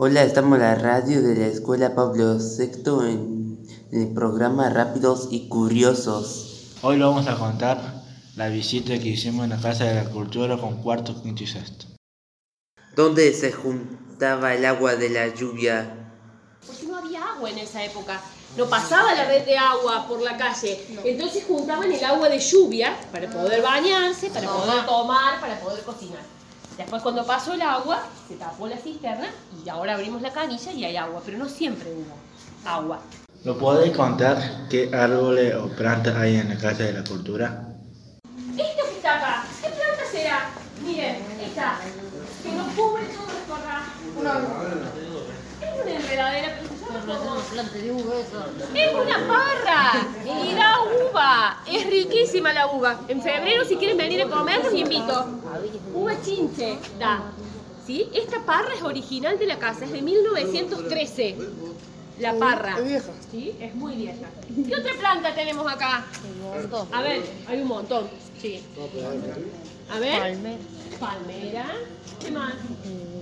Hola, estamos en la radio de la Escuela Pablo VI en el programa Rápidos y Curiosos. Hoy lo vamos a contar la visita que hicimos en la Casa de la Cultura con cuarto, quinto y sexto. ¿Dónde se juntaba el agua de la lluvia? Porque no había agua en esa época. No pasaba la red de agua por la calle. Entonces juntaban el agua de lluvia para poder bañarse, para poder tomar, para poder cocinar. Después cuando pasó el agua, se tapó la cisterna y ahora abrimos la canilla y hay agua, pero no siempre hubo agua. ¿Lo podéis contar qué árboles o plantas hay en la Casa de la Cultura? Esto que está acá, ¿qué planta será? Miren, esta, que nos cubre todo el corral. Es una enredadera, pero se llama como- Es una parra y da uva. Es riquísima la uva. En febrero, si quieren venir a comer, los invito. Uva chinche da. ¿Sí? Esta parra es original de la casa, es de 1913. La parra. Es vieja. Sí, es muy vieja. ¿Qué otra planta tenemos acá? A ver, hay un montón. Sí. A ver. Palmera. Palmera. ¿Qué más?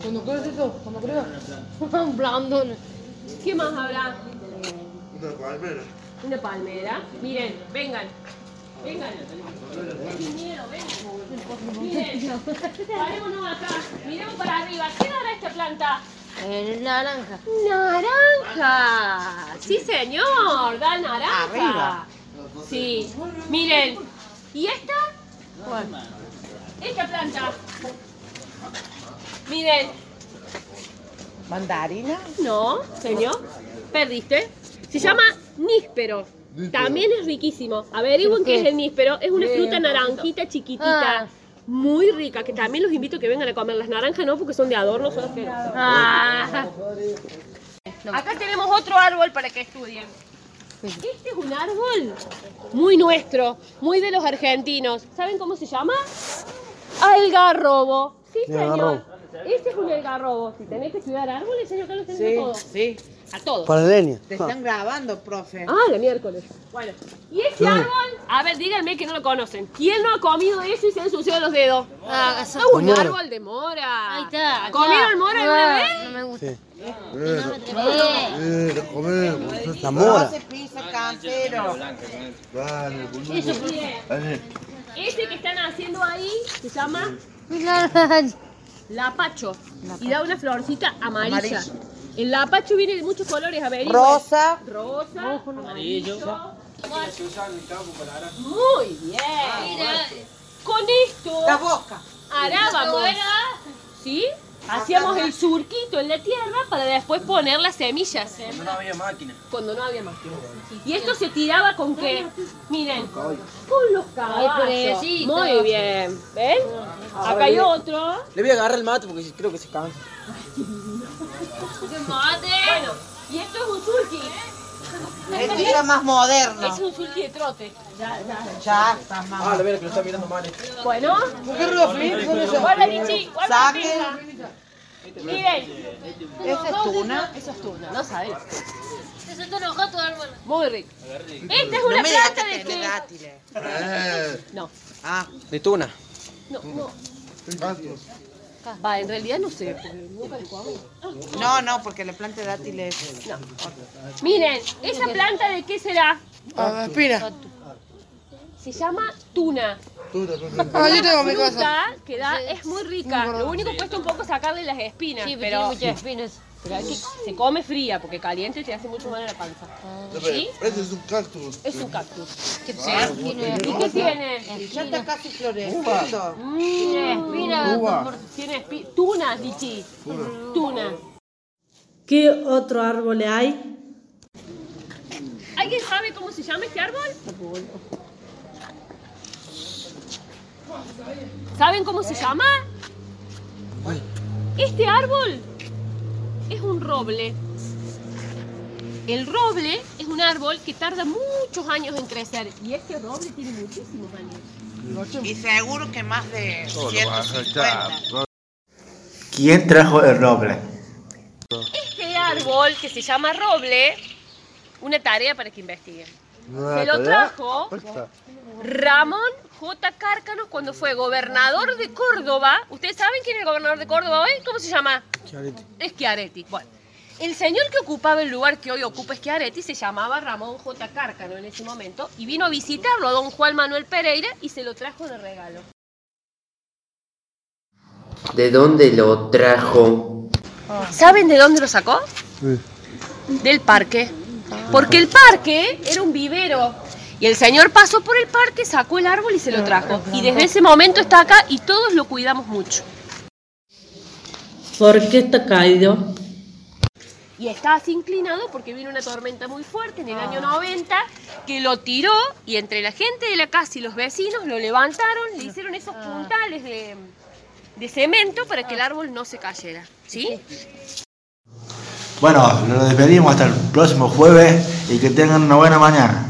Cuando creo eso, cuando creo. Un blandón. ¿Qué más habrá? Una palmera. Una palmera. Miren, vengan. Vengan. Sin miedo, vengan. Miren, parémonos acá. Miremos para arriba. ¿Qué dará esta planta? El naranja. ¡Naranja! Sí, señor, da naranja. Arriba. Sí. Miren. ¿Y esta? Esta planta. Miren. Mandarina. No, señor. Perdiste. Se llama níspero. También es riquísimo. Averigüen qué es el níspero. Es una fruta naranjita chiquitita. Ah. Muy rica, que también los invito a que vengan a comer. Las naranjas no, porque son de adorno, son asquerosas. Ah. Acá tenemos otro árbol para que estudien. Este es un árbol muy nuestro, muy de los argentinos. ¿Saben cómo se llama? Algarrobo. Sí, señor. Este es un algarrobo. Si tenés que estudiar árboles, señor Carlos, tenés Sí, todo. sí. A todos. Para leña. Te están grabando, profe. Ah, la miércoles. Bueno, ¿y este árbol? A ver, díganme que no lo conocen. ¿Quién no ha comido eso y se ha ensuciado los dedos? Ah, esa- Ah, un Mora. árbol de mora. Ahí está. ¿Comieron mora alguna Ah, vez? No me gusta. Sí. Eh, pues, La mora. Hace pizza casero. Este que están haciendo ahí se llama naranja. lapacho. Y da una florcita amarilla. El lapacho viene de muchos colores, a ver. Rosa. Rosa, amarillo. Muy Ah, bien. Con esto La boca. arábamos. ¿Sí? Hacíamos el surquito en la tierra para después poner las semillas. Cuando no había máquina. Cuando no había máquina. Y esto se tiraba con qué? Miren, con los caballos. pobrecito. Muy bien. ¿Ven? Acá hay otro. Le voy a agarrar el mate porque creo que se cansa. Bueno, y esto es un surqui. Esto ya más Es moderno. un surqui de trote. Ya está más. Ah, la vera que lo está mirando mal. Bueno, ¿Qué Rufli? ¿Son esos? guarda Lichi, guarda Saquen. pija. Miren, ¿Esa es tuna? eso es tuna, no sabes. Se siente enojado, hermano. Muy rico. Esta es No una me digas que planta de tenés que... dátiles. No, Ah, De tuna. no, no. Va, en realidad no sé. porque nunca lo comí. no, no, porque la planta de dátiles. Miren, ¿esa planta de qué será? Ah, espina. Se llama tuna. Ah, yo tengo La fruta que da es muy rica. Lo único cuesta un poco sacarle las espinas, Sí, pero tiene pero, muchas espinas. pero hay que- se come fría porque caliente te hace mucho mal a la panza. Ah. ¿Sí? Ese es un cactus. Es un cactus. Que tiene ¿Y qué tiene? Ya está casi floreciendo. Tiene espinas. Tiene espi- tunas, Lichi. Tunas. ¿Qué otro árbol hay? ¿Alguien sabe cómo se llama este árbol? ¿Saben cómo se llama? Este árbol es un roble. El roble es un árbol que tarda muchos años en crecer. Y este roble tiene muchísimos años. Y seguro que más de 150. ¿Quién trajo el roble? Este árbol que se llama roble, una tarea para que investiguen. Se lo trajo Ramón J. Cárcano, cuando fue gobernador de Córdoba, ¿ustedes saben quién es el gobernador de Córdoba hoy? ¿Cómo se llama? Es Schiaretti. Bueno, el señor que ocupaba el lugar que hoy ocupa Schiaretti se llamaba Ramón J. Cárcano en ese momento y vino a visitarlo a don Juan Manuel Pereira y se lo trajo de regalo. ¿De dónde lo trajo? ¿Saben de dónde lo sacó? Del parque. Porque el parque era un vivero. Y el señor pasó por el parque, sacó el árbol y se lo trajo. Y desde ese momento está acá y todos lo cuidamos mucho. ¿Por qué está caído? Y está así inclinado porque vino una tormenta muy fuerte en el año 90 que lo tiró y entre la gente de la casa y los vecinos lo levantaron, le hicieron esos puntales de, de cemento para que el árbol no se cayera. ¿Sí? Bueno, nos despedimos hasta el próximo jueves y que tengan una buena mañana.